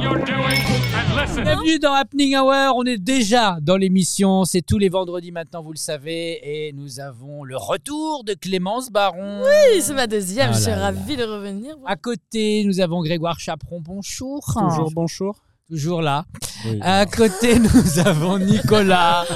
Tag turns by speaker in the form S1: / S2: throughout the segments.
S1: you're doing and listen.
S2: Bienvenue dans Happening Hour, on est déjà dans l'émission, c'est tous les vendredis maintenant, vous le savez, et nous avons le retour de Clémence Baron.
S3: Oui, c'est ma deuxième,
S2: Ah
S3: je suis
S2: là là.
S3: ravie de revenir.
S2: À côté, nous avons Grégoire Chaperon, bonjour.
S4: Toujours bonjour.
S2: Toujours là.
S4: Oui.
S2: À côté, nous avons Nicolas.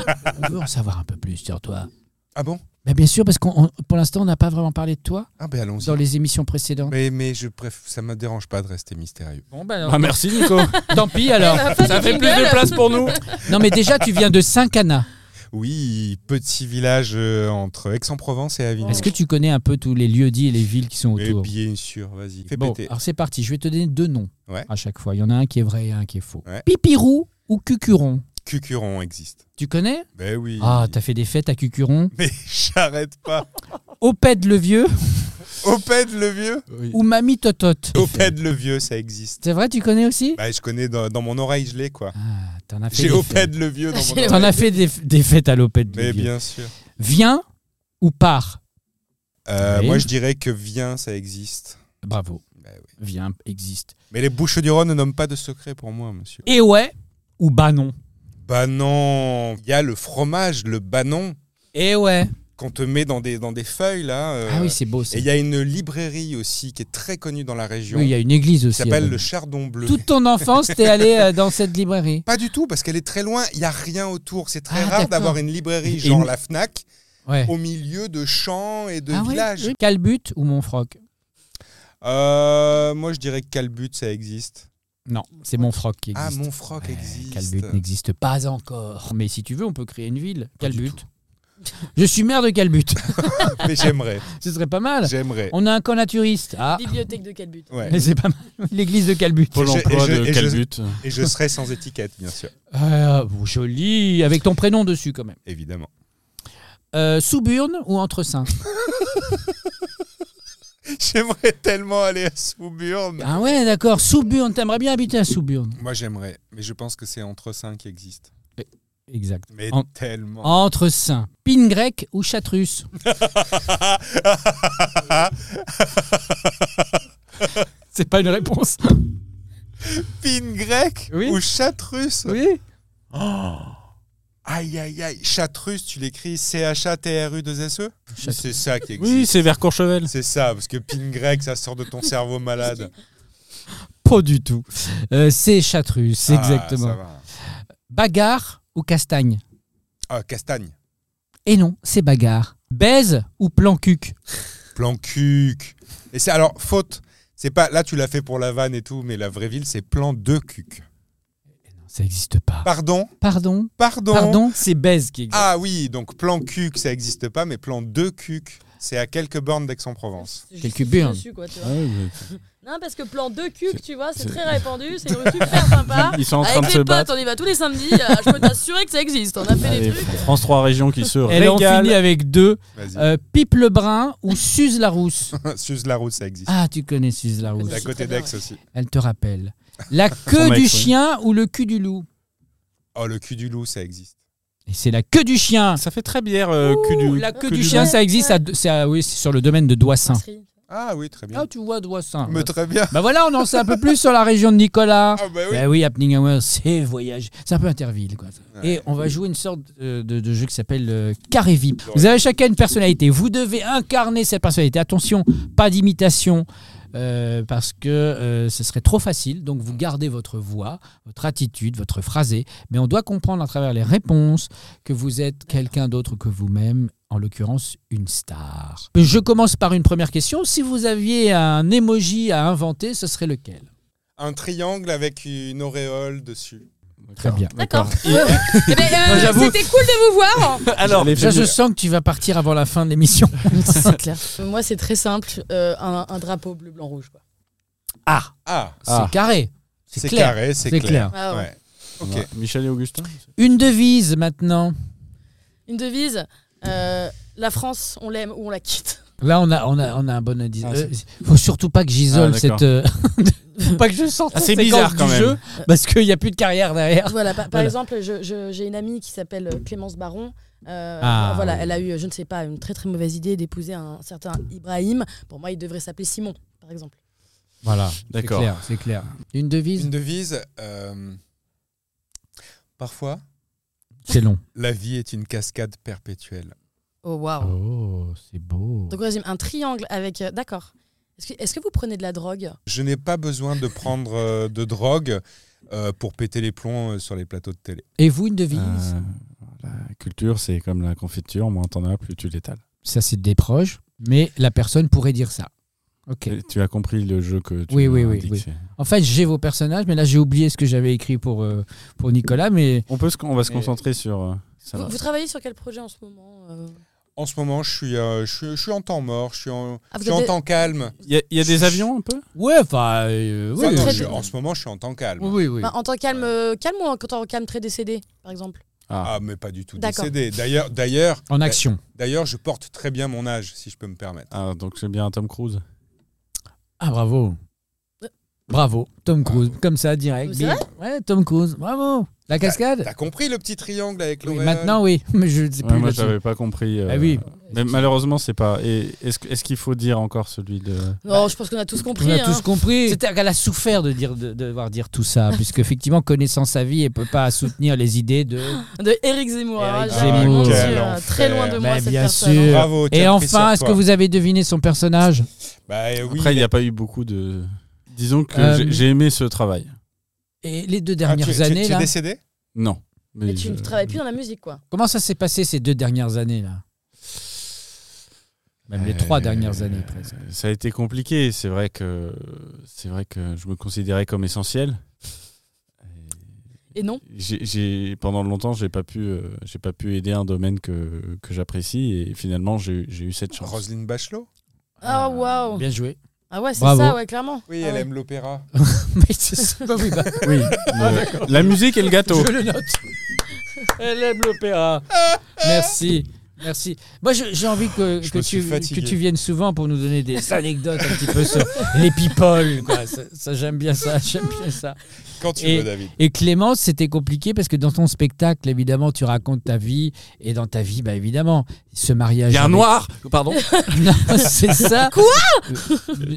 S2: on veut en savoir un peu plus sur toi.
S5: Ah bon
S2: Bah, bien sûr, parce qu'on, on- pour l'instant, on n'a pas vraiment parlé de toi
S5: Ah ben allons-y.
S2: dans les émissions précédentes.
S5: Mais, mais je préf... ça me dérange pas de rester mystérieux.
S2: Bon, bah,
S4: Ah, merci Nico.
S2: tant pis alors.
S4: Ça fait plus de place pour nous.
S2: Non, mais déjà, tu viens de Saint-Cana.
S5: Oui, petit village euh, entre Aix-en-Provence et Avignon.
S2: Est-ce que tu connais un peu tous les lieux-dits et les villes qui sont
S5: Mais
S2: autour
S5: bien sûr, vas-y. Fais
S2: Bon, ah.
S5: péter.
S2: alors c'est parti, je vais te donner deux noms
S5: Ouais.
S2: à chaque fois. Il y en a un qui est vrai et un qui est faux.
S5: Ouais.
S2: Pipirou ou Cucuron
S5: Cucuron existe.
S2: Tu connais
S5: Ben oui.
S2: Ah, t'as fait des fêtes à Cucuron.
S5: Mais j'arrête pas.
S2: Opède le vieux
S5: Opède le vieux
S2: ou Mamie Totote
S5: Opède le vieux, ça existe.
S2: C'est vrai, tu connais aussi
S5: Bah, je connais dans, dans mon oreille, je l'ai quoi.
S2: Ah, t'en as fait,
S5: J'ai
S2: des
S5: Opède le vieux dans mon
S2: fêtes.
S5: oreille.
S2: T'en as fait des, des fêtes à l'Opède le
S5: Mais
S2: vieux.
S5: bien sûr.
S2: Viens ou part
S5: Euh,
S2: Oui.
S5: Moi, je dirais que Vien, ça existe.
S2: Bravo.
S5: Bah oui.
S2: Viens, existe.
S5: Mais les Bouches du Rhône ne nomment pas de secret pour moi, monsieur.
S2: Et ouais ou bah non
S5: Bah non, il y a le fromage, le banon.
S2: Et Eh ouais.
S5: qu'on te met dans des, dans des feuilles là. euh,
S2: Ah oui, c'est beau ça.
S5: et il y a une librairie aussi qui est très connue dans la région.
S2: Oui, il y a une église
S5: qui
S2: aussi. euh,
S5: s'appelle
S2: à
S5: le
S2: Lille.
S5: Chardon Bleu.
S2: Toute ton enfance, t'es allé euh, dans cette librairie.
S5: Pas du tout parce qu'elle est très loin. Il y a rien autour. C'est très
S2: Ah,
S5: rare
S2: d'accord.
S5: d'avoir une librairie
S2: Et
S5: genre
S2: une-
S5: la Fnac
S2: Ouais.
S5: au milieu de champs et de
S2: Ah ouais
S5: villages.
S2: Oui. Calbut ou Montfroc
S5: Euh, moi je dirais que Calbut ça existe.
S2: Non, c'est Montfroc qui existe.
S5: Ah Montfroc
S2: Ouais,
S5: existe.
S2: Calbut n'existe pas encore. Mais si tu veux, on peut créer une ville. Calbut. Je suis maire de Calbut.
S5: Mais j'aimerais,
S2: Ce serait pas mal.
S5: j'aimerais.
S2: On a un camp naturiste. Ah,
S3: Bibliothèque de Calbut.
S5: Ouais.
S2: mais c'est pas mal. L'église de Calbut.
S4: Pôle
S5: Et je-
S4: emploi
S5: et je-
S4: de
S5: et je-
S4: Calbut.
S5: Et je serais sans étiquette bien sûr,
S2: Euh, bon, joli, avec ton prénom dessus quand même.
S5: évidemment.
S2: Euh, Souburne ou Entre-Saint
S5: J'aimerais tellement aller à Souburne.
S2: Ah ouais, d'accord. Souburne, t'aimerais bien habiter à Souburne.
S5: Moi j'aimerais, mais je pense que c'est entre cinq qui existe.
S2: Exact.
S5: Mais
S2: En-
S5: tellement.
S2: Entre-Saint. Pine grecque ou Chatrus C'est pas une réponse.
S5: Pine grecque
S2: Oui.
S5: ou chatte russe
S2: Oui
S5: Aïe aïe aïe, chatte russe, tu l'écris C-H-A-T-R-U-2-S-E
S2: Chatte-
S5: E C'est ça qui existe.
S4: Oui, c'est vers Courchevel.
S5: C'est ça, parce que pin grec, ça sort de ton cerveau malade.
S2: Pas du tout. Euh, c'est Chatrus, c'est
S5: Ah, ça
S2: exactement.
S5: va.
S2: Bagarre ou castagne
S5: Ah, castagne.
S2: Et non, c'est bagarre. Baise ou plan cuc
S5: Plan cuc. Et c'est alors, faute. C'est pas, là, tu l'as fait pour la vanne et tout, mais la vraie ville, c'est plan de cuc.
S2: Ça n'existe pas.
S5: Pardon
S2: Pardon
S5: Pardon
S2: Pardon C'est baise qui existe.
S5: Ah oui, donc plan cuc, ça n'existe pas, mais plan de cuc, c'est à quelques bornes d'Aix-en-Provence.
S3: C'est
S2: Quelques
S3: juste
S2: burnes.
S3: dessus, quoi, tu vois.
S4: Ils
S3: Non, parce que plan 2 cul, tu vois, c'est
S4: c'est-
S3: très répandu, c'est une rue super sympa.
S4: sont en train de
S3: Avec
S4: se
S3: les potes,
S4: battre.
S3: on y va tous les samedis. euh, Je peux t'assurer que ça existe. On a fait des
S4: Allez,
S3: trucs.
S4: France 3 Régions qui se
S2: Elle en finit
S4: Ah, régale.
S2: avec deux.
S5: Vas-y.
S2: Euh, Pipe le brun ou Suze la rousse
S5: Suze la route, ça existe.
S2: Ah, tu connais Suze la rousse.
S5: C'est à
S3: aussi,
S5: côté
S3: très bien,
S5: d'Aix
S3: ouais.
S5: aussi.
S2: Elle te rappelle. La queue
S4: Son
S2: du
S4: ex, oui.
S2: chien ou le cul du loup
S5: Oh, le cul du loup, ça existe.
S2: Et c'est la queue du chien.
S4: Ça fait très bière euh, cul du.
S2: La queue
S4: cul
S2: du
S4: du
S2: chien,
S3: loup.
S2: ça existe. à deux- c'est à- oui, c'est sur le domaine de Doissin.
S3: Brasserie.
S5: Ah oui, très
S2: Ah,
S5: bien.
S2: tu vois Doissin.
S5: Mais très bien.
S2: Bah voilà, on en sait un peu plus sur la région de Nicolas.
S5: Ah bah oui.
S2: Ben oui, Happening Hour, c'est voyage. C'est un peu interville, quoi.
S5: Ouais.
S2: Et on va jouer une sorte euh, de, de jeu qui s'appelle euh, Carré VIP. Vous avez chacun une personnalité. Vous devez incarner cette personnalité. Attention, pas d'imitation. euh, parce que euh, ce serait trop facile, donc vous gardez votre voix, votre attitude, votre phrasé, mais on doit comprendre à travers les réponses que vous êtes quelqu'un d'autre que vous-même, en l'occurrence une star. Je commence par une première question. Si vous aviez un emoji à inventer, ce serait lequel
S5: Un triangle avec une auréole dessus.
S2: Très bien.
S3: D'accord. Eh ben,
S2: Moi,
S3: euh,
S2: j'avoue.
S3: C'était cool de vous voir.
S4: Alors,
S2: Déjà, je sens que tu vas partir avant la fin de l'émission.
S3: c'est clair. Moi, c'est très simple. euh, un, un drapeau bleu, blanc, rouge. Quoi.
S2: Ah,
S5: Ah,
S4: Ah.
S2: c'est carré. C'est
S5: c'est
S2: clair.
S5: carré, c'est
S2: C'est clair.
S5: clair.
S3: Ah ouais.
S5: Ouais. Ok.
S4: Michel et Augustin.
S2: Une devise maintenant.
S3: Une devise. euh, la France, on l'aime ou on la quitte.
S2: Là, on a, on a, on a un bon indice.
S5: Ah,
S2: Euh, faut surtout pas que j'isole
S4: Ah, d'accord.
S2: cette. euh, faut pas que je sorte
S4: Ah,
S2: cette
S4: c'est
S2: séquence
S4: bizarre
S2: du
S4: quand même.
S2: jeu parce qu'il n'y a plus de carrière derrière.
S3: Voilà, par, par
S2: Voilà.
S3: exemple, je- je- j'ai une amie qui s'appelle Clémence Baron. Euh,
S2: Ah,
S3: voilà,
S2: oui.
S3: elle a eu, je ne sais pas, une très très mauvaise idée d'épouser un certain Ibrahim. Pour moi, il devrait s'appeler Simon, par exemple.
S2: Voilà. C'est
S4: D'accord.
S2: clair, c'est clair. Une devise
S5: Une devise. euh, parfois,
S2: C'est long.
S5: la vie est une cascade perpétuelle.
S3: Oh, waouh.
S2: Oh, c'est beau.
S3: Donc, on résume un triangle avec. euh, D'accord. Est-ce que, est-ce que vous prenez de la drogue
S5: Je n'ai pas besoin de prendre euh, de drogue euh, pour péter les plombs euh, sur les plateaux de télé.
S2: Et vous, une devise
S4: Euh, la culture, c'est comme la confiture, moins t'en as, plus tu l'étales.
S2: Ça, c'est des proches, mais la personne pourrait dire ça. Ok.
S4: Et Tu as compris le jeu que tu
S2: Oui,
S4: m'as
S2: oui, oui,
S4: indiqué.
S2: En fait, j'ai vos personnages, mais là, j'ai oublié ce que j'avais écrit pour, euh, pour Nicolas, mais
S4: On, peut se- on va se
S2: Et-
S4: concentrer sur. euh, ça
S3: vous,
S4: va.
S3: vous travaillez sur quel projet en ce moment euh
S5: En ce moment, je suis, euh, je suis, je suis en temps mort, je suis en,
S3: Ah,
S5: je
S3: vous
S5: suis en
S3: êtes-
S5: temps calme.
S4: Il y, a- il y a des avions un peu
S2: ouais, enfin, euh, oui,
S5: Enfin, non,
S2: oui,
S5: je- en ce moment, je suis en temps calme.
S2: oui, oui.
S3: Bah, En tant que calme, euh, calme ou en tant que calme très décédé, par exemple
S5: Ah, mais pas du tout
S3: D'accord.
S5: décédé. D'ailleurs, d'ailleurs,
S2: En action.
S5: d'ailleurs, je porte très bien mon âge, si je peux me permettre.
S4: Ah, donc c'est bien Tom Cruise.
S2: Ah, bravo. Bravo, Tom Cruise, comme ça, direct.
S3: C'est
S2: bim. Ouais, Tom Cruise, bravo. La cascade
S5: T'as compris le petit triangle avec
S2: Oui,
S5: l'Oréal
S2: Maintenant, oui, mais je ne sais
S4: Ouais,
S2: plus.
S4: moi,
S2: là-dessus.
S4: j'avais pas compris. euh,
S2: Ah oui.
S4: Mais malheureusement, c'est pas. Et est-ce que- est-ce qu'il faut dire encore celui de.
S3: Non, je pense qu'on a tous compris.
S2: On a
S3: hein.
S2: tous compris. C'est-à-dire qu'elle a souffert de, dire, de, de devoir dire tout ça, puisque effectivement, connaissant sa vie, elle peut pas soutenir les idées de.
S3: De Eric Zemmour.
S2: Eric
S3: Ah, j'avoue,
S2: Zemmour.
S3: mon Dieu,
S5: Quel
S3: euh,
S5: enfer.
S3: très loin de moi,
S2: Mais
S3: cette
S2: bien
S3: personne.
S2: sûr.
S5: Bravo. tu
S2: euh, Et
S5: as pris
S2: enfin,
S5: sur
S2: est-ce
S5: toi.
S2: que vous avez deviné son personnage
S5: Bah euh, oui.
S4: Après, il
S5: mais-
S4: n'y a pas eu beaucoup de. Disons que
S2: Euh,
S4: j'ai- j'ai aimé ce travail.
S2: Et les deux
S5: Ah,
S2: dernières
S5: tu- tu-
S2: années,
S5: Tu es
S2: là,
S5: décédé
S4: Non.
S3: Mais tu
S4: je-
S3: ne travailles plus dans la musique, quoi.
S2: comment ça s'est passé ces deux dernières années, là Même les
S4: Euh,
S2: trois dernières années, presque.
S4: Ça a été compliqué. C'est vrai que c'est vrai que je me considérais comme essentiel.
S3: Et non
S4: J'ai- j'ai- pendant longtemps, j'ai pas pu, euh, j'ai pas pu aider un domaine que, que j'apprécie et finalement, j'ai j'ai eu cette chance.
S5: Roselyne Bachelot
S3: Ah, waouh
S2: Bien joué.
S3: Ah ouais, c'est
S2: Bravo.
S3: ça, ouais, clairement.
S5: Oui,
S3: Ah
S5: elle
S3: ouais.
S5: aime l'opéra.
S2: Mais c'est- bah oui, bah,
S4: Oui. le- la musique et le gâteau.
S2: je le note. Elle aime l'opéra. Merci. Merci. Moi, je- j'ai envie que,
S5: Je
S2: que
S5: me suis
S2: tu, que
S5: fatigué.
S2: tu viennes souvent pour nous donner des anecdotes un petit peu sur les people. quoi. Ça, ça, j'aime bien ça. J'aime bien ça.
S5: Quand tu
S2: Et-
S5: veux, David.
S2: Et Clémence, c'était compliqué parce que dans ton spectacle, évidemment, tu racontes ta vie. Et dans ta vie, bah, évidemment, ce mariage.
S4: Il y a un
S2: avec-
S4: noir. Pardon.
S2: Non, c'est ça. Quoi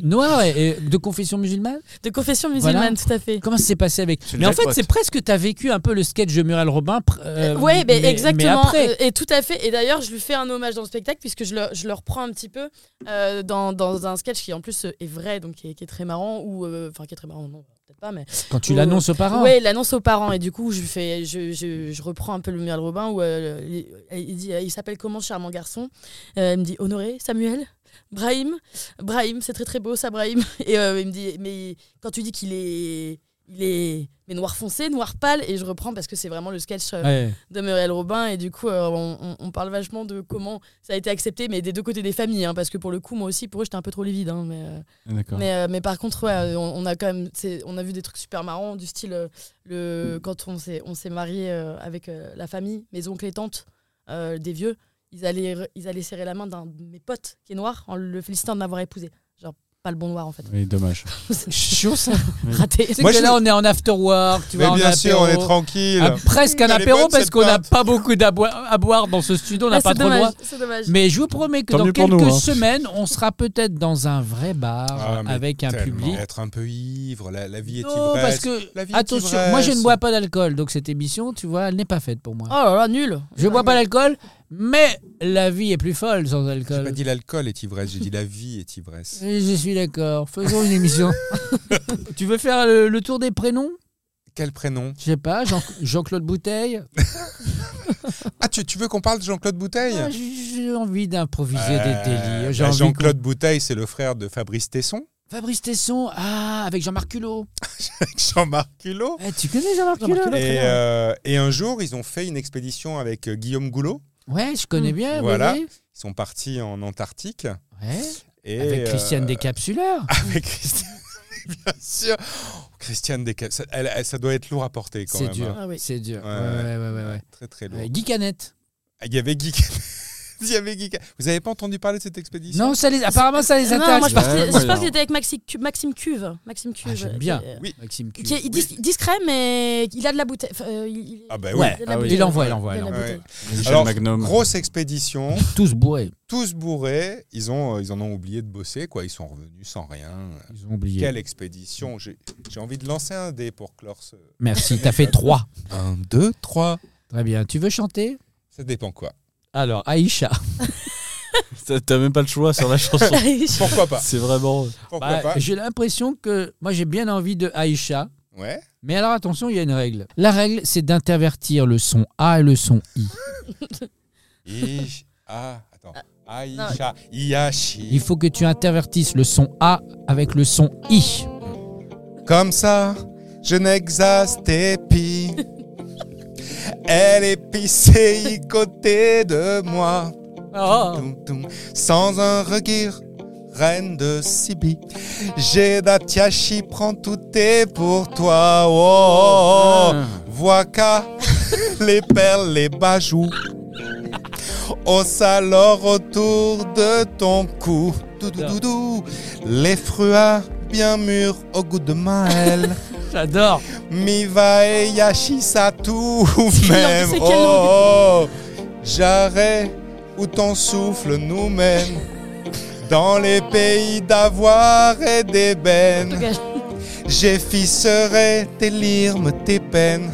S2: Noir et, et de confession musulmane
S3: De confession musulmane, tout à fait.
S2: Comment ça s'est passé avec
S4: C'est le
S2: Mais en fait,
S4: jackpot.
S2: c'est presque tu as vécu un peu le sketch de Muriel Robin. pr- euh,
S3: ouais, mais,
S2: Mais
S3: exactement.
S2: après,
S3: Euh, Et tout à fait. Et d'ailleurs, je lui fais un hommage dans le spectacle puisque je le, je le reprends un petit peu euh, dans, dans un sketch qui en plus euh, est vrai, donc qui est, qui est très marrant ou euh, enfin qui est très marrant, non, peut-être pas, mais
S2: quand tu
S3: euh,
S2: l'annonces aux parents,
S3: ouais, il l'annonce aux parents et du coup, je lui fais, je, je, je reprends un peu le Muriel Robin où euh, il, il dit, euh, il s'appelle comment, ce charmant garçon Euh, Il me dit Honoré, Samuel. Brahim, Brahim, c'est très très beau ça, Brahim. Et euh, il me dit, mais quand tu dis qu'il est, il est, mais noir foncé, noir pâle, et je reprends parce que c'est vraiment le sketch euh,
S2: Ouais.
S3: de Muriel Robin et du coup euh, on, on- on parle vachement de comment ça a été accepté mais des deux côtés des familles hein, parce que pour le coup moi aussi pour eux j'étais un peu trop livide hein, mais, euh,
S4: D'accord.
S3: mais, euh, mais par contre ouais, euh, on, on a quand même c'est- on a vu des trucs super marrants du style euh,
S2: Mm.
S3: le quand on s'est on s'est marié euh, avec euh, la famille mes oncles et tantes euh, des vieux ils allaient re- ils allaient serrer la main d'un de mes potes qui est noir en le félicitant de m'avoir épousé genre pas le bon noir en
S2: Mm.
S3: fait
S4: Oui, dommage.
S2: Chaud ça.
S3: raté
S2: C'est
S5: Moi,
S2: que
S5: je-
S2: là, on est en after work, tu
S5: Mais
S2: vois, en
S5: bien sûr, on est
S2: apéro.
S5: tranquille.
S2: Ah, presque un
S5: Elle est
S2: apéro
S5: bonne,
S2: parce
S5: cette
S2: qu'on n'a
S5: pinte.
S2: pas beaucoup d'abo- à boire dans ce studio, on n'a
S3: Ah,
S2: pas
S3: c'est
S2: trop le
S3: dommage
S2: droit.
S3: c'est dommage
S2: Mais je vous promets que
S4: Tant
S2: dans
S4: mieux
S2: quelques
S4: pour nous, hein.
S2: semaines, on sera peut-être dans un vrai bar
S5: Ah, mais
S2: avec un
S5: tellement.
S2: public.
S5: Être un peu ivre, la, la vie est
S2: Non,
S5: ivresse.
S2: parce que
S5: La vie est
S2: attention, moi je ne
S5: ivresse.
S2: bois pas d'alcool, donc cette émission, tu vois, elle n'est pas faite pour moi.
S3: oh là là nul
S2: Je bois pas d'alcool, mais la vie est plus folle sans
S5: J'ai pas
S2: alcool.
S5: dit l'alcool est ivresse, j'ai dit la vie est ivresse.
S2: Et Je suis d'accord. Faisons une émission. tu veux faire le, le tour des prénoms
S5: Quel prénom
S2: Je sais pas, Jean- Jean-Claude Bouteille.
S5: Ah, tu, tu veux qu'on parle de Jean-Claude Bouteille
S2: Ah, J'ai j'ai envie d'improviser
S5: Euh,
S2: des délires. J'ai
S5: bah,
S2: envie
S5: Jean-Claude Bouteille, c'est le frère de Fabrice Tesson,
S2: qu'on- Fabrice Tesson, ah, avec Jean-Marc Culot.
S5: avec Jean-Marc Culot.
S2: Eh, tu connais Jean-Marc
S3: Jean-Marc
S2: Culot
S5: Et, euh, et un jour, ils ont fait une expédition avec euh, Guillaume Goulot.
S2: Ouais, je connais bien. oui,
S5: Mm. Voilà.
S2: oui.
S5: Ils sont partis en Antarctique.
S2: Ouais,
S5: Et,
S2: avec
S5: euh, ah,
S2: Christiane Décapsuleur.
S5: avec Christiane, bien sûr. Christiane Desca- ça, elle- elle- ça doit être lourd à porter quand
S2: C'est
S5: même.
S2: dur.
S5: hein.
S3: Ah oui.
S2: C'est dur.
S5: Ouais,
S2: Ouais, ouais, ouais, ouais, ouais.
S5: Très très lourd.
S2: Euh, Guy Canette.
S5: Il y avait Guy Il y avait Guy- Vous avez pas entendu parler de cette expédition
S2: Non, ça les, apparemment, ça les
S3: Non,
S2: intéresse.
S3: moi je
S2: pas.
S3: pense que-
S4: Ouais,
S3: je pense qu'il
S4: ouais.
S3: était avec Maxi Cu- Maxime Cuve. Maxime Cuve.
S2: Ah, j'aime
S3: qui
S2: bien.
S3: est-
S5: Oui.
S2: Maxime Q.
S3: Qui est dis- discret, mais il a de la bouteille. Enfin, euh, il- il-
S5: Ah bah oui.
S2: Ouais,
S3: il a de la
S4: Ah oui.
S3: bouteille.
S2: il envoie, il envoie, il
S3: Il a de la
S2: envoie.
S3: bouteille.
S4: Michel
S5: Alors,
S4: Magnum.
S5: Grosse expédition,
S2: Tous bourrés.
S5: tous bourrés, ils, ont, euh, ils en ont oublié de bosser, quoi. Ils sont revenus sans rien.
S2: Ils ont oublié.
S5: Quelle expédition J'ai j'ai envie de lancer un dé pour clore ce...
S2: Merci, t'as fait trois.
S5: 1, 2, 3.
S2: Très bien. Tu veux chanter
S5: Ça dépend quoi
S2: Alors, Aïcha.
S4: T'as- T'as même pas le choix sur la chanson.
S5: Pourquoi pas
S4: C'est vraiment. euh,
S5: Pourquoi
S2: Bah,
S5: pas
S2: j'ai l'impression que moi, j'ai bien envie de Aïcha.
S5: Ouais.
S2: Mais alors, attention, il y a une règle. La règle, c'est d'intervertir le son A et le son I.
S5: Ich, ah, attends.
S3: non.
S5: Aïcha, Iashi.
S2: Il faut que tu intervertisses le son A avec le son I.
S5: Comme ça, je n'exastais plus. Elle est pissée à côté de moi.
S2: Oh,
S5: Toum, toum. Sans un regard, reine de Sibi. J'ai d'Atiachi, prends tout est pour toi. Oh, oh, oh. Vois qu'à les perles, les bajoux. Hausse alors autour de ton cou. Doudoudou, les fruits bien mûrs au goût de Maël.
S2: J'adore.
S5: Miva et Yashi Satou même.
S3: c'est quelle langue
S5: Oh, oh. j'arrête où ton souffle nous mène. Dans les pays d'avoir et d'ébène,
S3: Portugal.
S5: j'efficerai tes lirmes, tes peines.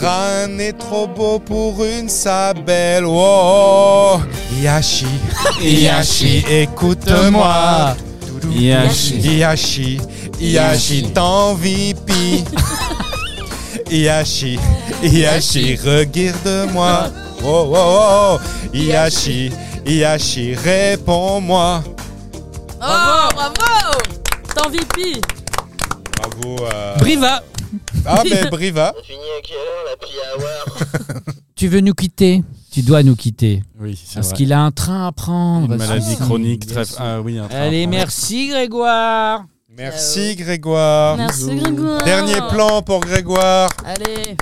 S5: Ran est trop beau pour une sabelle. Oh, oh. Yashi, Yashi,
S4: Euh,
S5: écoute-moi.
S4: Yashi.
S5: Yashi, Yashi, t'envie, Yashi, Yashi, regarde-moi. Oh, oh, oh. Yashi, Yashi, réponds-moi.
S3: Oh, bravo T'en VP
S5: Bravo. euh,
S2: Briva,
S5: Ah, mais Briva.
S2: tu veux nous quitter Tu dois nous quitter.
S4: Oui, c'est
S2: Parce
S4: vrai.
S2: qu'il a un train à prendre.
S4: Une maladie
S2: Si,
S4: chronique.
S2: bien
S4: Très...
S2: sûr.
S4: Ah oui, un train
S2: Allez,
S4: à prendre.
S2: merci Grégoire.
S5: Merci, Grégoire.
S3: Merci Grégoire.
S5: Dernier plan pour Grégoire.
S3: Allez,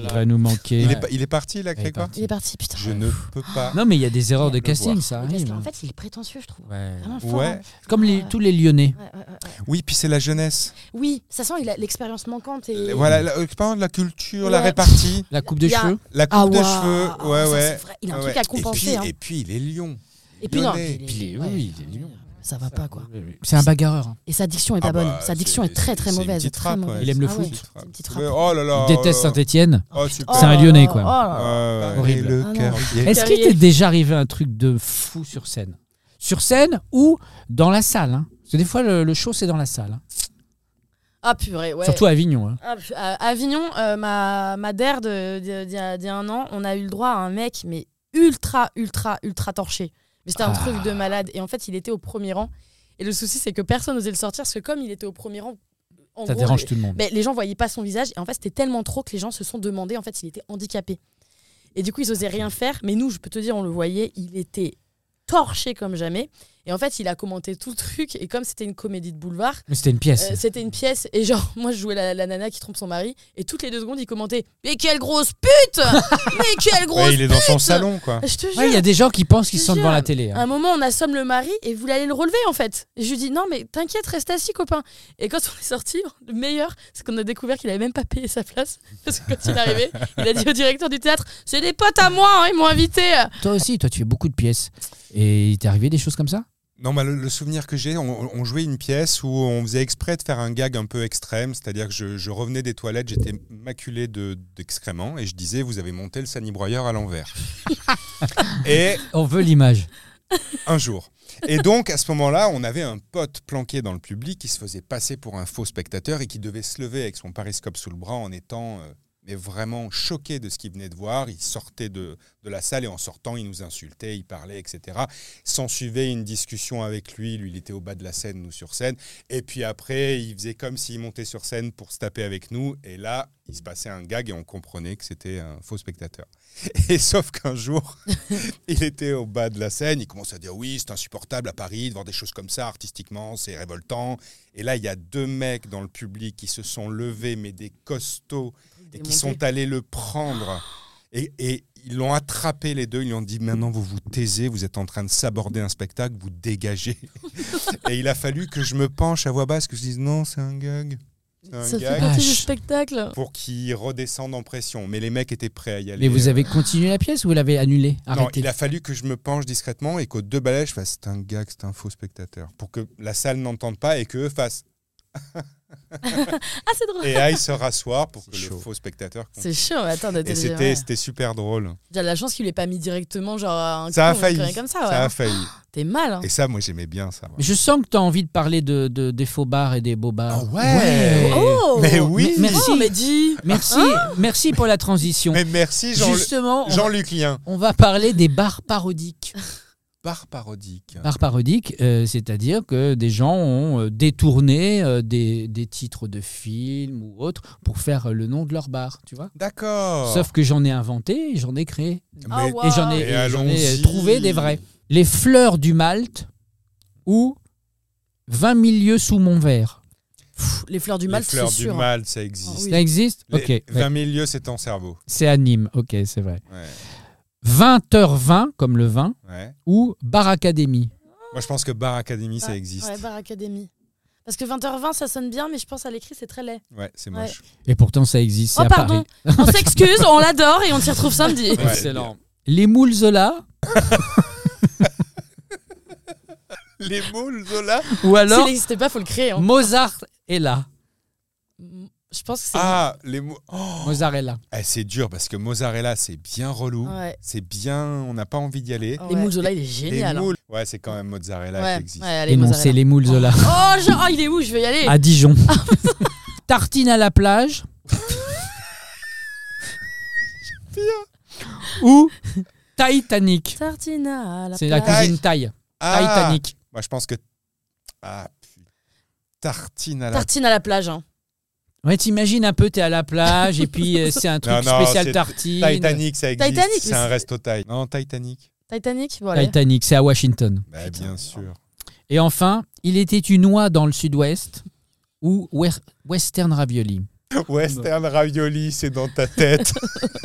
S2: Il va nous manquer.
S5: Il est, pa- il est parti,
S2: Il
S5: là,
S2: est
S5: Grégoire
S2: parti.
S3: il est parti, putain.
S5: Je ne peux pas.
S2: Non, mais il y a des erreurs de
S5: le
S2: casting,
S5: voir.
S2: ça
S3: Parce
S2: arrive.
S3: qu'en fait, il est prétentieux, je trouve.
S2: Ouais.
S3: Vraiment fort.
S5: Ah, Ouais.
S3: hein.
S2: Comme les- tous les Lyonnais.
S3: Ouais, ouais, ouais, ouais.
S5: Oui, puis c'est la jeunesse.
S3: Oui, ça sent il a l'expérience manquante et
S5: Voilà, la, euh, la culture, la
S3: Ouais.
S5: répartie,
S2: La coupe de
S3: Il y a-
S2: cheveux
S5: la coupe
S3: ah
S5: de
S3: waouh,
S5: cheveux. Ouais,
S3: ça,
S5: ouais.
S3: c'est vrai. Il a un
S5: Ah Ouais,
S3: truc
S5: ouais.
S3: à compenser.
S5: Et puis,
S3: hein.
S5: et puis il est lion.
S3: Et puis non,
S5: lyonnais.
S3: il est-
S2: Puis il est-
S3: ouais,
S2: oui, il est lion.
S3: Ça va pas quoi.
S2: C'est un bagarreur. hein.
S3: Et sa diction est
S5: Ah
S3: pas bonne.
S5: bah,
S3: sa diction est,
S5: c'est-
S3: très très
S5: c'est une
S3: mauvaise.
S5: petite
S3: très
S5: frappe,
S3: mauvaise.
S5: ouais.
S2: Il aime le
S3: Ah
S2: foot.
S3: ouais,
S5: C'est
S3: une petite
S5: Ouais,
S3: frappe.
S5: Oh là
S4: Euh,
S5: là.
S2: Il déteste
S5: oh là là.
S2: Saint-Etienne.
S5: Oh, super.
S2: C'est un
S3: là
S2: Lyonnais,
S3: là,
S2: quoi.
S3: oh là là.
S5: Ouais, ouais.
S2: Horrible.
S5: Et le
S3: Ah non.
S5: cœur.
S2: Est-ce qu'il t'est déjà arrivé un truc de fou sur scène Sur scène ou dans la salle hein Parce que des fois, le, le show, c'est dans la salle. hein.
S3: Ah purée, ouais.
S2: Surtout à Avignon. hein.
S3: Ah, pu- à Avignon, euh, ma, ma DER de- de- d'il y, a- d'il y a un an, on a eu le droit à un mec, mais ultra, ultra, ultra torché. Mais c'était un
S2: Ah.
S3: truc de malade. Et en fait, il était au premier rang. Et le souci, c'est que personne n'osait le sortir, parce que comme il était au premier rang, en
S2: Ça
S3: gros,
S2: dérange
S3: les,
S2: tout le monde.
S3: ben, les gens voyaient pas son visage. Et en fait, c'était tellement trop que les gens se sont demandé, en fait, il était handicapé. Et du coup, ils osaient rien faire. Mais nous, je peux te dire, on le voyait, il était torché comme jamais. Et en fait, il a commenté tout le truc. Et comme c'était une comédie de boulevard,
S2: Mais c'était une pièce.
S3: euh, C'était une pièce et genre moi je jouais la, la nana qui trompe son mari et toutes les deux secondes il commentait mais quelle grosse pute mais quelle grosse
S5: Ouais, il est dans son
S3: pute
S5: salon, quoi.
S3: je te jure
S2: Ouais, il y a des gens qui pensent qu'ils
S3: Je
S2: sont
S3: jure.
S2: devant la télé.
S3: à
S2: hein.
S3: un moment on assomme le mari et vous allez le relever en fait et je lui dis non mais t'inquiète reste assis copain et quand on est sorti le meilleur c'est qu'on a découvert qu'il avait même pas payé sa place parce que quand il est arrivé il a dit au directeur du théâtre c'est des potes à moi hein, ils m'ont invité
S2: Toi aussi, toi, tu fais beaucoup de pièces. Et il t'est arrivé des choses comme ça
S5: Non, mais le, le souvenir que j'ai, on, on jouait une pièce où on faisait exprès de faire un gag un peu extrême, c'est-à-dire que je, je revenais des toilettes, j'étais maculé de- d'excréments et je disais vous avez monté le sanibroyeur à l'envers. et
S2: On veut l'image.
S5: un jour. Et donc, à ce moment-là, on avait un pote planqué dans le public qui se faisait passer pour un faux spectateur et qui devait se lever avec son pariscope sous le bras en étant euh, mais vraiment choqué de ce qu'il venait de voir. Il sortait de, de la salle et en sortant, il nous insultait, il parlait, etc. S'en suivait une discussion avec lui. Lui, il était au bas de la scène, nous sur scène. Et puis après, il faisait comme s'il montait sur scène pour se taper avec nous. Et là, il se passait un gag et on comprenait que c'était un faux spectateur. Et sauf qu'un jour, il était au bas de la scène, il commence à dire oui, c'est insupportable à Paris de voir des choses comme ça artistiquement, c'est révoltant. Et là, il y a deux mecs dans le public qui se sont levés, mais des costauds, et qui sont allés le prendre. Et, et ils l'ont attrapé les deux, ils lui ont dit maintenant vous vous taisez, vous êtes en train de saborder un spectacle, vous dégagez. et il a fallu que je me penche à voix basse, que je dise non, c'est un gag. C'est un
S3: Ça fait
S5: gag.
S3: partie du
S2: Vache.
S3: spectacle. Ah,
S5: Pour qu'ils redescendent en pression. Mais les mecs étaient prêts à y
S2: Mais
S5: aller.
S2: vous avez continué la pièce ou vous l'avez annulée
S5: euh, Non,
S2: Arrêtée
S5: il a fallu que je me penche discrètement et qu'aux deux balais, je fasse c'est un gag, c'est un faux spectateur. Pour que la salle n'entende pas et qu'eux fassent
S3: Ah, c'est drôle.
S5: et aillent se rasseoir pour que
S4: C'est chaud.
S5: le faux spectateur.
S3: C'est chiant, mais attends, d'être
S5: Et
S3: déjà-
S5: c'était
S3: ouais.
S5: c'était super drôle.
S3: J'ai de la chance qu'il l'ait pas mis directement, genre à un
S5: Ça a
S3: con,
S5: failli.
S3: rien Comme ça, ouais.
S5: Ça a failli.
S3: T'es mal. hein.
S5: Et ça, moi, j'aimais bien ça.
S2: Mais Je sens que tu as envie de parler de, de- des faux bars et des beaux bars.
S5: Ah ouais.
S3: Oh
S5: Mais oui.
S2: Mais- merci.
S3: Oh, mais dis
S2: Merci, merci pour la transition.
S5: Mais merci, Jean-
S2: Justement, on-
S5: Jean-Luc Lien.
S2: on va parler des bars parodiques.
S5: Bar parodique.
S2: Bar parodique, euh, c'est-à-dire que des gens ont euh, détourné euh, des, des titres de films ou autres pour faire euh, le nom de leur bar, tu vois.
S5: D'accord.
S2: Sauf que j'en ai inventé et j'en ai créé.
S3: Ah,
S5: Mais-
S3: ouais.
S2: Et j'en ai,
S5: Ah. Et
S2: et j'en ai, euh,
S5: allons-y.
S2: trouvé des vrais. Les fleurs du Malte ou 20 milieux sous mon verre.
S3: Pff, Les fleurs du
S5: Les
S3: mal, c'est
S5: fleurs du
S2: hein.
S3: sûr.
S5: mal, ça existe.
S3: Ah oui.
S2: Ça existe
S5: Les-
S2: Ok. ouais.
S5: 20 000 lieux, c'est ton cerveau.
S2: C'est à Nîmes, ok, c'est vrai.
S5: Ouais.
S2: 20h20, comme le vin,
S5: Ouais.
S2: ou Bar Academy.
S5: Moi, je pense que Bar Academy, ça
S3: Ouais,
S5: existe.
S3: Ah, Ouais, Bar Academy. Parce que 20h20, ça sonne bien, mais je pense à l'écrit, c'est très laid.
S5: Ouais, c'est moche.
S2: Et pourtant, ça existe, c'est
S3: Oh,
S2: à
S3: pardon.
S2: Paris.
S3: On s'excuse, on l'adore et on s'y retrouve samedi.
S5: Ouais.
S2: Les moules Zola,
S5: Les moules, Zola.
S2: ou
S3: S'il
S2: alors
S3: n'existait pas, faut le créer. hein.
S2: Mozart est là.
S3: Je pense que c'est.
S5: Ah, les moules. Oh.
S2: Mozart est là.
S5: Eh, c'est dur parce que Mozzarella, c'est bien relou.
S3: Ouais.
S5: C'est bien, on n'a pas envie d'y aller.
S3: Les moules Zola, il est
S5: les
S3: génial. hein.
S5: moules. Ouais, c'est quand même Mozzarella
S3: Ouais,
S5: qui existe.
S3: ouais, allez,
S2: Et non,
S3: mozzarella.
S2: c'est les moules Zola,
S3: Oh, je- oh, il est où Je vais y aller.
S2: à Dijon. Tartine à la plage. ou Titanic.
S3: Tartina à la
S2: C'est la
S3: plage.
S2: cuisine taille.
S5: Ah,
S2: Titanic.
S5: Moi, je pense que. Ah, putain. Tartine à la.
S3: Tartine à la plage. hein.
S2: Ouais, t'imagines un peu, t'es à la plage et puis euh, c'est un truc
S5: Non, non,
S2: spécial
S5: c'est
S2: tartine.
S5: Titanic, ça existe.
S3: Titanic,
S5: c'est
S3: mais
S5: un
S3: c'est-
S5: resto taille. Non, Titanic.
S3: Titanic Bon, allez.
S2: Titanic, c'est à Washington.
S5: Bah, bien sûr.
S2: Et enfin, il était une oie dans le sud-ouest ou wer- western ravioli.
S5: Western ravioli, c'est dans ta tête.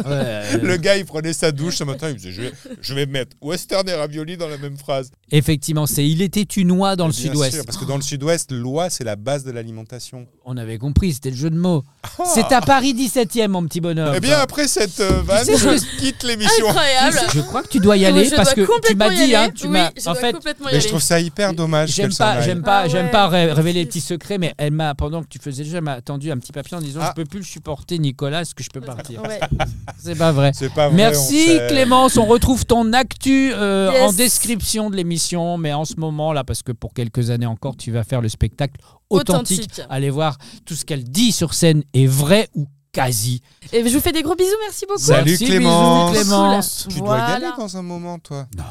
S5: Le gars, il prenait sa douche ce matin, il faisait Je vais, je vais mettre western et ravioli dans la même phrase.
S2: Effectivement, c'est il était une oie dans le
S5: Bien sûr,
S2: sud-ouest.
S5: Parce que dans le sud-ouest, l'oie, c'est la base de l'alimentation.
S2: On avait compris, c'était le jeu de mots.
S3: Oh.
S2: C'est à Paris 17e, mon petit bonhomme.
S5: Eh bien, après cette euh, vanne,
S2: Tu sais,
S5: je quitte l'émission.
S3: Incroyable.
S2: je crois que tu dois y aller
S3: Je
S2: parce
S3: dois
S2: que tu
S3: complètement
S2: m'as
S3: y
S2: dit,
S3: aller.
S2: hein, tu
S3: Oui,
S2: m'as.
S3: je
S2: En
S3: dois
S2: fait,
S3: complètement y
S5: Mais je
S3: aller.
S5: trouve ça hyper dommage.
S2: J'aime
S5: qu'elle s'en
S2: pas,
S5: aille.
S2: j'aime pas,
S3: Ah
S2: j'aime
S3: ouais,
S2: pas ré-
S3: merci.
S2: révéler les petits secrets, mais elle m'a pendant que tu faisais le jeu, elle m'a tendu un petit papier en disant
S5: Ah.
S2: je peux plus le supporter, Nicolas, est-ce que je peux partir
S3: Ouais. Ah.
S2: C'est pas vrai.
S5: C'est pas vrai, on
S2: Merci
S5: sait.
S2: Clémence, on retrouve ton actu euh,
S3: Yes.
S2: en description de l'émission, mais en ce moment là, parce que pour quelques années encore, tu vas faire le spectacle authentique.
S3: Authentique.
S2: Allez voir tout ce qu'elle dit sur scène est vrai ou quasi.
S3: Et je vous fais des gros bisous, merci beaucoup.
S5: Salut,
S2: Merci,
S5: Clémence.
S2: bisous, Clémence.
S5: Tu dois y
S3: Voilà.
S5: aller dans un moment, toi.
S2: Non.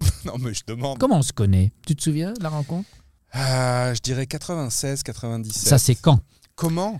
S5: Non, mais je demande.
S2: Comment on se connaît Tu te souviens de la rencontre
S5: Ah, je dirais 96, 97.
S2: Ça c'est quand
S5: Comment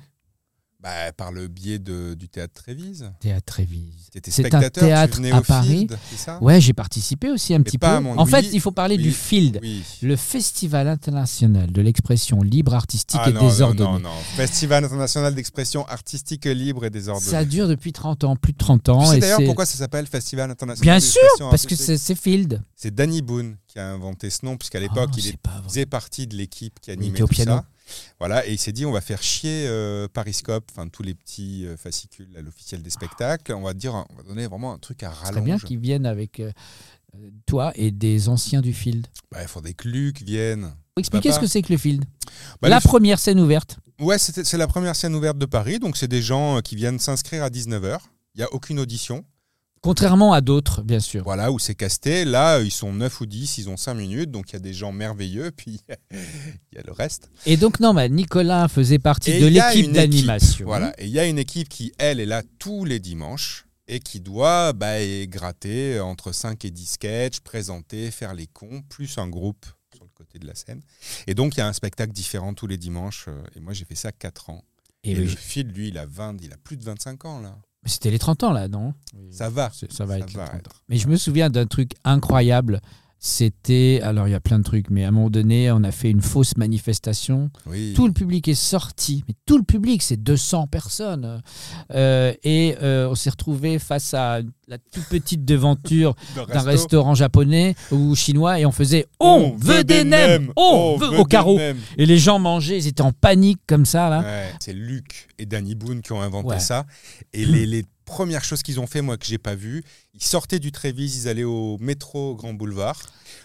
S5: bah, Par le biais de, du théâtre Trévise.
S2: Théâtre Trévise.
S5: Tu étais
S2: C'est un
S5: spectateur,
S2: théâtre
S5: tu venais
S2: à
S5: au
S2: Paris.
S5: Field, c'est ça
S2: Ouais, j'ai participé aussi un petit peu.
S5: Hein? pas à mon-
S2: En
S5: oui,
S2: fait, il faut parler
S5: oui,
S2: du Field.
S5: Oui.
S2: Le Festival international de l'expression libre, artistique
S5: Ah
S2: et
S5: non, non,
S2: désordonnée.
S5: non, non. Festival international d'expression artistique libre et désordonnée.
S2: Ça dure depuis 30 ans, plus de 30 ans.
S5: Tu sais
S2: et
S5: d'ailleurs
S2: c'est-
S5: pourquoi ça s'appelle Festival international
S2: Bien sûr,
S5: d'expression
S2: parce que
S5: artistique
S2: c'est c'est Field.
S5: C'est Danny Boone qui a inventé ce nom, puisqu'à l'époque,
S2: Oh,
S5: il
S2: c'est pas vrai.
S5: faisait partie de l'équipe qui animait
S2: était au
S5: tout
S2: piano.
S5: ça. Voilà, et il s'est dit, on va faire chier euh, Pariscope, enfin tous les petits euh, fascicules, là, l'officiel des spectacles. On va dire, on va donner vraiment un truc à
S2: Très bien
S5: rallonge.
S2: qu'ils viennent avec euh, euh, toi et des anciens du Field.
S5: Bah, il faudrait que Luc vienne.
S2: Expliquez
S5: Papa.
S2: ce que c'est que le Field.
S5: Bah,
S2: La
S5: le-
S2: première scène ouverte.
S5: Ouais, c'était- c'est la première scène ouverte de Paris, donc c'est des gens euh, qui viennent s'inscrire à 19h. Il n'y a aucune audition.
S2: Contrairement à d'autres, bien sûr.
S5: Voilà, où c'est casté. Là, euh, ils sont 9 ou 10, ils ont 5 minutes, donc il y a des gens merveilleux, puis il y a le reste.
S2: Et donc, non, bah, Nicolas faisait partie
S5: Et
S2: de
S5: il y a
S2: l'équipe
S5: une équipe,
S2: d'animation.
S5: Voilà. Et il y a une équipe qui, elle, est là tous les dimanches et qui doit bah, et gratter entre 5 et 10 sketchs, présenter, faire les cons, plus un groupe sur le côté de la scène. Et donc, il y a un spectacle différent tous les dimanches. euh, Et moi, j'ai fait ça 4 ans.
S2: Et
S5: Et,
S2: le-
S5: le fil, lui, il a, 20, il a plus de 25 ans, là.
S2: C'était les 30 ans, là, non
S5: Ça va.
S2: C'est- Ça va
S5: Ça
S2: être les
S5: va
S2: 30 ans.
S5: être.
S2: Mais je me souviens d'un truc incroyable C'était, alors il y a plein de trucs, mais à un moment donné, on a fait une fausse manifestation
S5: Oui.
S2: tout le public est sorti, mais tout le public, c'est 200 personnes. Euh, et euh, on s'est retrouvé face à la toute petite devanture
S5: D'un
S2: d'un
S5: resto.
S2: restaurant japonais ou chinois et on faisait On, veut des nems On, veut au
S5: des
S2: carreau
S5: nems. Euh,
S2: Et les gens mangeaient, ils étaient en panique comme ça, là.
S5: Ouais, c'est Luc et Danny Boone qui ont inventé
S2: Ouais.
S5: ça. Et les, les premières choses qu'ils ont fait, moi, que j'ai pas vu, ils sortaient du Trévise, ils allaient au métro Grand Boulevard.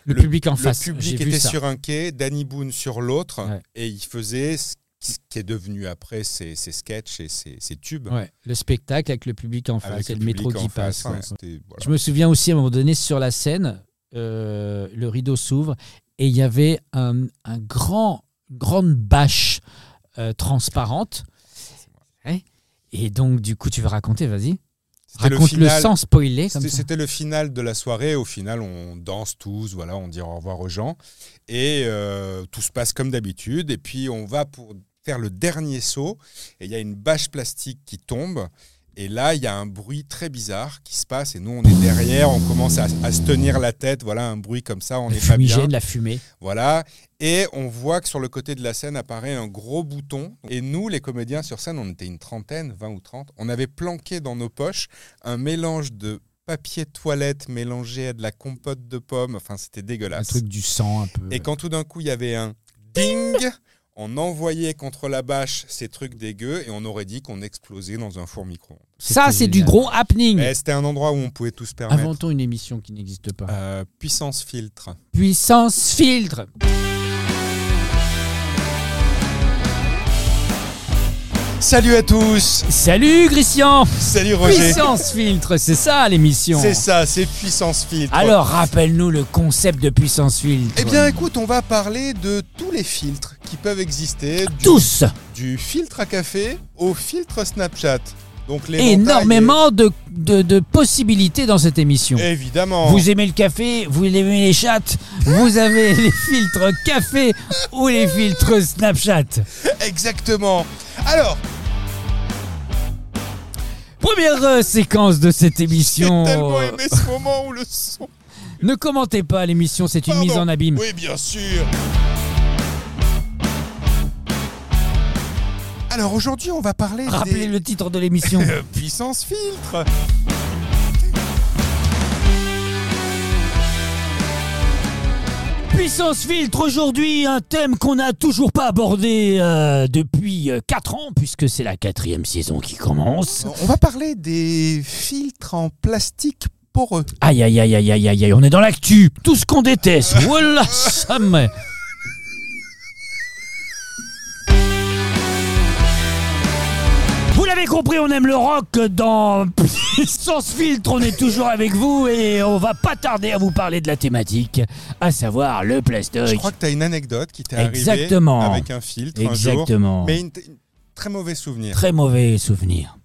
S2: Le,
S5: Le-
S2: public en
S5: Le
S2: face.
S5: public
S2: J'ai
S5: était
S2: vu ça.
S5: sur un quai, Danny Boone sur l'autre,
S2: Ouais.
S5: et ils faisaient ce qui ce qui est devenu après ces, ces sketchs et ces, ces tubes.
S2: Ouais, le spectacle avec le public en face
S5: avec
S2: et le métro
S5: public en
S2: qui
S5: face,
S2: passe.
S5: hein,
S2: ouais.
S5: c'était- voilà.
S2: Je me souviens aussi à un moment donné sur la scène, euh, le rideau s'ouvre et il y avait un, un grand, grande bâche euh, transparente. Ouais. Et donc du coup, tu vas raconter, vas-y.
S5: C'était
S2: Raconte le,
S5: final-
S2: sans spoiler comme
S5: C'était-
S2: ça.
S5: C'était le final de la soirée. Au final, on danse tous, voilà, on dit au revoir aux gens. Et euh, tout se passe comme d'habitude. Et puis, on va pour faire le dernier saut. Et il y a une bâche plastique qui tombe. Et là, il y a un bruit très bizarre qui se passe. Et nous, on est derrière, on commence à, à se tenir la tête. Voilà, un bruit comme ça, on
S2: Le
S5: n'est pas bien.
S2: fumigène, la fumée.
S5: Voilà. Et on voit que sur le côté de la scène apparaît un gros bouton. Et nous, les comédiens sur scène, on était une trentaine, 20 ou 30. On avait planqué dans nos poches un mélange de papier toilette mélangé à de la compote de pommes. Enfin, c'était
S2: Un
S5: dégueulasse.
S2: truc du sang un peu.
S5: Bah, Et quand tout d'un coup, il y avait un ding, on envoyait contre la bâche ces trucs dégueux et on aurait dit qu'on explosait dans un four micro.
S2: ça, c'est C'était du génial. gros happening.
S5: Mais c'était un endroit où on pouvait tout se permettre.
S2: Inventons une émission qui n'existe pas.
S5: Euh, puissance filtre.
S2: Puissance filtre.
S5: Salut à tous
S2: Salut Christian.
S5: Salut Roger
S2: Puissance filtre, c'est ça l'émission.
S5: C'est ça, c'est puissance filtre.
S2: Alors rappelle-nous le concept de puissance filtre.
S5: Eh bien, écoute, on va parler de tous les filtres qui peuvent exister, du,
S2: Ah, tous
S5: du filtre à café au filtre Snapchat. Donc les
S2: énormément de, de, de possibilités dans cette émission.
S5: montagnes- Évidemment.
S2: Vous aimez le café, vous aimez les chattes, vous avez les filtres café ou les filtres Snapchat.
S5: Exactement. Alors,
S2: Première euh, séquence de cette
S5: j'ai
S2: émission.
S5: tellement aimé ce moment où le son.
S2: Ne commentez pas l'émission, c'est une
S5: Pardon.
S2: mise en abîme.
S5: Oui, bien sûr. Alors aujourd'hui, on va parler
S2: Rappelez
S5: des
S2: le titre de l'émission.
S5: Euh, puissance filtre.
S2: Puissance filtre aujourd'hui, un thème qu'on n'a toujours pas abordé euh, depuis 4 ans, puisque c'est la quatrième saison qui commence.
S5: On va parler des filtres en plastique poreux.
S2: Aïe aïe aïe aïe aïe aïe aïe, on est dans l'actu, tout ce qu'on déteste, voilà ça me... Vous l'avez compris, on aime le rock dans Sans filtre, on est toujours avec vous et on va pas tarder à vous parler de la thématique, à savoir le plastoc.
S5: Je crois que tu as une anecdote qui t'est arrivée
S2: Exactement.
S5: avec un filtre un jour.
S2: Exactement.
S5: Mais une, une- très mauvais souvenir.
S2: Très mauvais souvenir,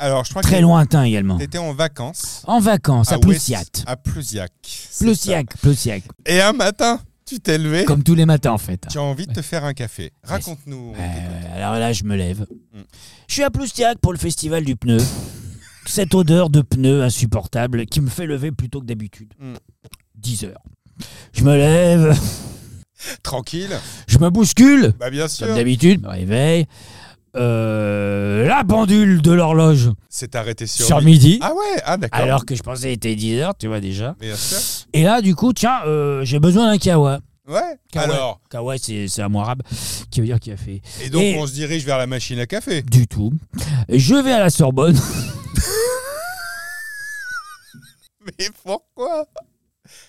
S5: Alors, je crois
S2: très
S5: que
S2: lointain également.
S5: tu étais en vacances
S2: En vacances, à
S5: Ouest-
S2: Plusiat.
S5: À Plusiac. c'est
S2: Plusiac, Plusiac,
S5: ça. Et un matin, tu t'es levé,
S2: comme tous les matins en fait.
S5: tu as envie de te faire un café. Raconte-nous.
S2: Ouais, ouais, alors là, je me lève.
S5: Mm.
S2: Je suis à Ploustiac pour le festival du pneu. Cette odeur de pneu insupportable qui me fait lever plus tôt que d'habitude.
S5: Mm.
S2: 10 heures. Je me lève,
S5: Tranquille.
S2: je me bouscule,
S5: Bah, bien sûr.
S2: comme d'habitude, je me réveille. Euh, la pendule de l'horloge
S5: C'est arrêté sur,
S2: sur, midi,
S5: Ah ouais, ah d'accord. Mm.
S2: alors que je pensais était 10 heures, tu vois déjà.
S5: Bien sûr.
S2: Et là, du coup, tiens, euh, j'ai besoin d'un kawa.
S5: Ouais.
S2: Kawa,
S5: Alors,
S2: kawa c'est c'est un mot arabe qui veut dire café.
S5: et donc
S2: Et-
S5: on se dirige vers la machine à café.
S2: Du tout. Je vais à la Sorbonne.
S5: Mais pourquoi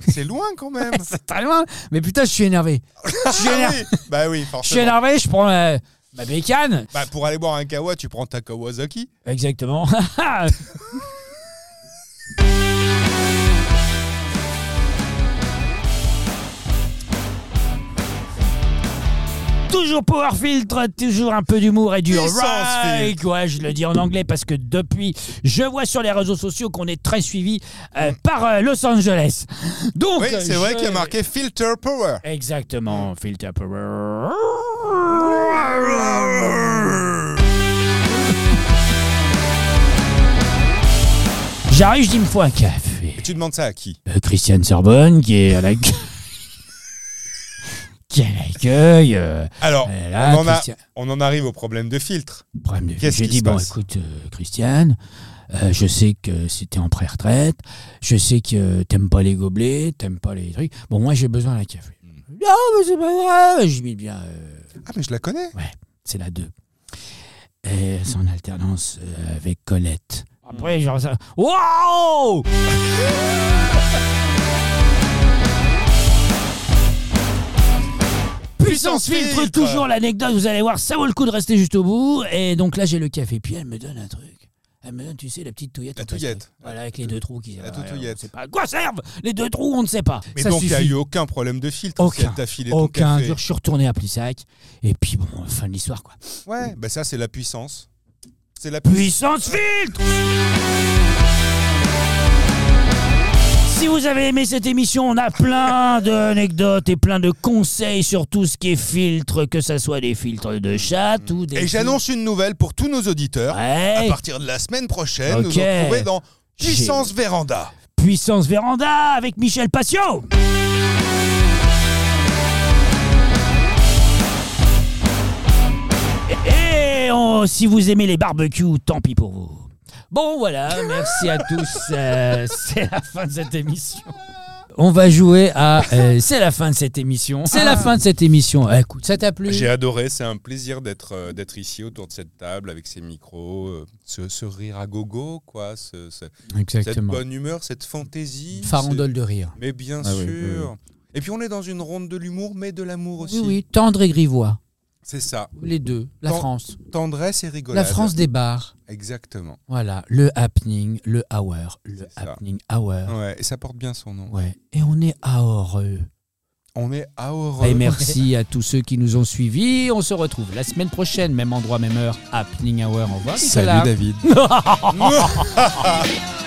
S5: C'est loin quand même.
S2: c'est très loin. Mais putain, je suis énervé. Je suis
S5: Ah
S2: énervé,
S5: oui. Bah oui,
S2: je, suis
S5: forcément.
S2: énervé, je prends la- ma bécane.
S5: Bah, pour aller boire un kawa, tu prends ta Kawasaki.
S2: Exactement. Toujours power filtre, toujours un peu d'humour et du
S5: Puissance
S2: rock. Ouais, je le dis en anglais parce que depuis, je vois sur les réseaux sociaux qu'on est très suivi euh, par euh, Los Angeles. Donc,
S5: Mm. Oui, c'est
S2: euh,
S5: vrai
S2: je-
S5: qu'il y a marqué Filter Power. Mm.
S2: Exactement, filter power. J'arrive, je dis me faut un café.
S5: Et tu demandes ça à qui
S2: Euh, Christiane Sorbonne, qui est à la, Christian Accueil. euh,
S5: Alors,
S2: euh, là,
S5: on, en a,
S2: Christian-
S5: on en arrive au problème de filtre.
S2: problème de
S5: Qu'est-ce
S2: J'ai
S5: qui
S2: dit,
S5: se
S2: bon,
S5: passe
S2: écoute, euh, Christiane, euh, je sais que c'était en pré-retraite, je sais que euh, t'aimes pas les gobelets, t'aimes pas les trucs. Bon, moi, j'ai besoin d'un café.
S5: Mm.
S2: Non, mais c'est pas grave. J'ai mis bien, euh,
S5: Ah, mais je la connais.
S2: c'est la 2. Et c'est en alternance euh, avec Colette. Après, genre ça. Wow Puissance filtre,
S5: filtre.
S2: toujours l'anecdote, vous allez voir, ça vaut le coup de rester juste au bout. Et donc là, j'ai le café. Puis elle me donne un truc. Elle me donne, tu sais, la petite touillette.
S5: La
S2: en plastique.
S5: touillette.
S2: Voilà, avec les deux trous qui
S5: La
S2: voilà,
S5: toutouillette.
S2: on sait pas. À quoi servent les deux trous On ne sait pas.
S5: Mais
S2: ça
S5: donc, il n'y a
S2: suffit.
S5: eu aucun problème de filtre. si
S2: Aucun.
S5: elle t'a filé ton
S2: Aucun
S5: café.
S2: dur. Je suis retourné à Plissac. Et puis, bon, fin de l'histoire, quoi.
S5: Ouais, bah ça, c'est la puissance. C'est la puissance.
S2: Puissance Filtre Si vous avez aimé cette émission, on a plein d'anecdotes et plein de conseils sur tout ce qui est filtre, que ce soit des filtres de chat ou des...
S5: Et j'annonce une nouvelle pour tous nos auditeurs. À
S2: Ouais,
S5: partir de la semaine prochaine,
S2: Ok.
S5: nous nous retrouvons dans Puissance
S2: J'ai-
S5: Véranda.
S2: Puissance Véranda avec Michel Patio Et on- si vous aimez les barbecues, tant pis pour vous. Bon voilà, merci à tous. euh, c'est la fin de cette émission. On va jouer à euh, C'est la fin de cette émission. C'est la fin de cette émission. Eh, écoute, ça t'a plu
S5: Ah. J'ai adoré, c'est un plaisir d'être euh, d'être ici autour de cette table avec ces micros, euh, ce, ce rire à gogo, quoi, ce- ce- cette
S2: Exactement.
S5: bonne humeur, cette fantaisie. ce-
S2: Farandole de rire.
S5: Mais bien
S4: Ah
S5: sûr.
S4: oui,
S5: Et puis on est dans une ronde de l'humour, mais de l'amour aussi.
S2: Oui, oui, tendre et grivois.
S5: C'est ça,
S2: Les deux. La
S5: Tant-
S2: France.
S5: tendresse et rigolade.
S2: La France des bars.
S5: Exactement.
S2: Voilà, le happening, le hour, le
S5: C'est ça.
S2: happening hour.
S5: Ouais, et ça porte bien son nom.
S2: Ouais. Et on est à heureux.
S5: On est à
S2: Et
S5: Aurore.
S2: merci à tous ceux qui nous ont suivis. On se retrouve la semaine prochaine,
S5: Ah,
S2: même endroit, même heure, happening hour. Au revoir.
S5: Salut
S2: Nicolas.
S5: David.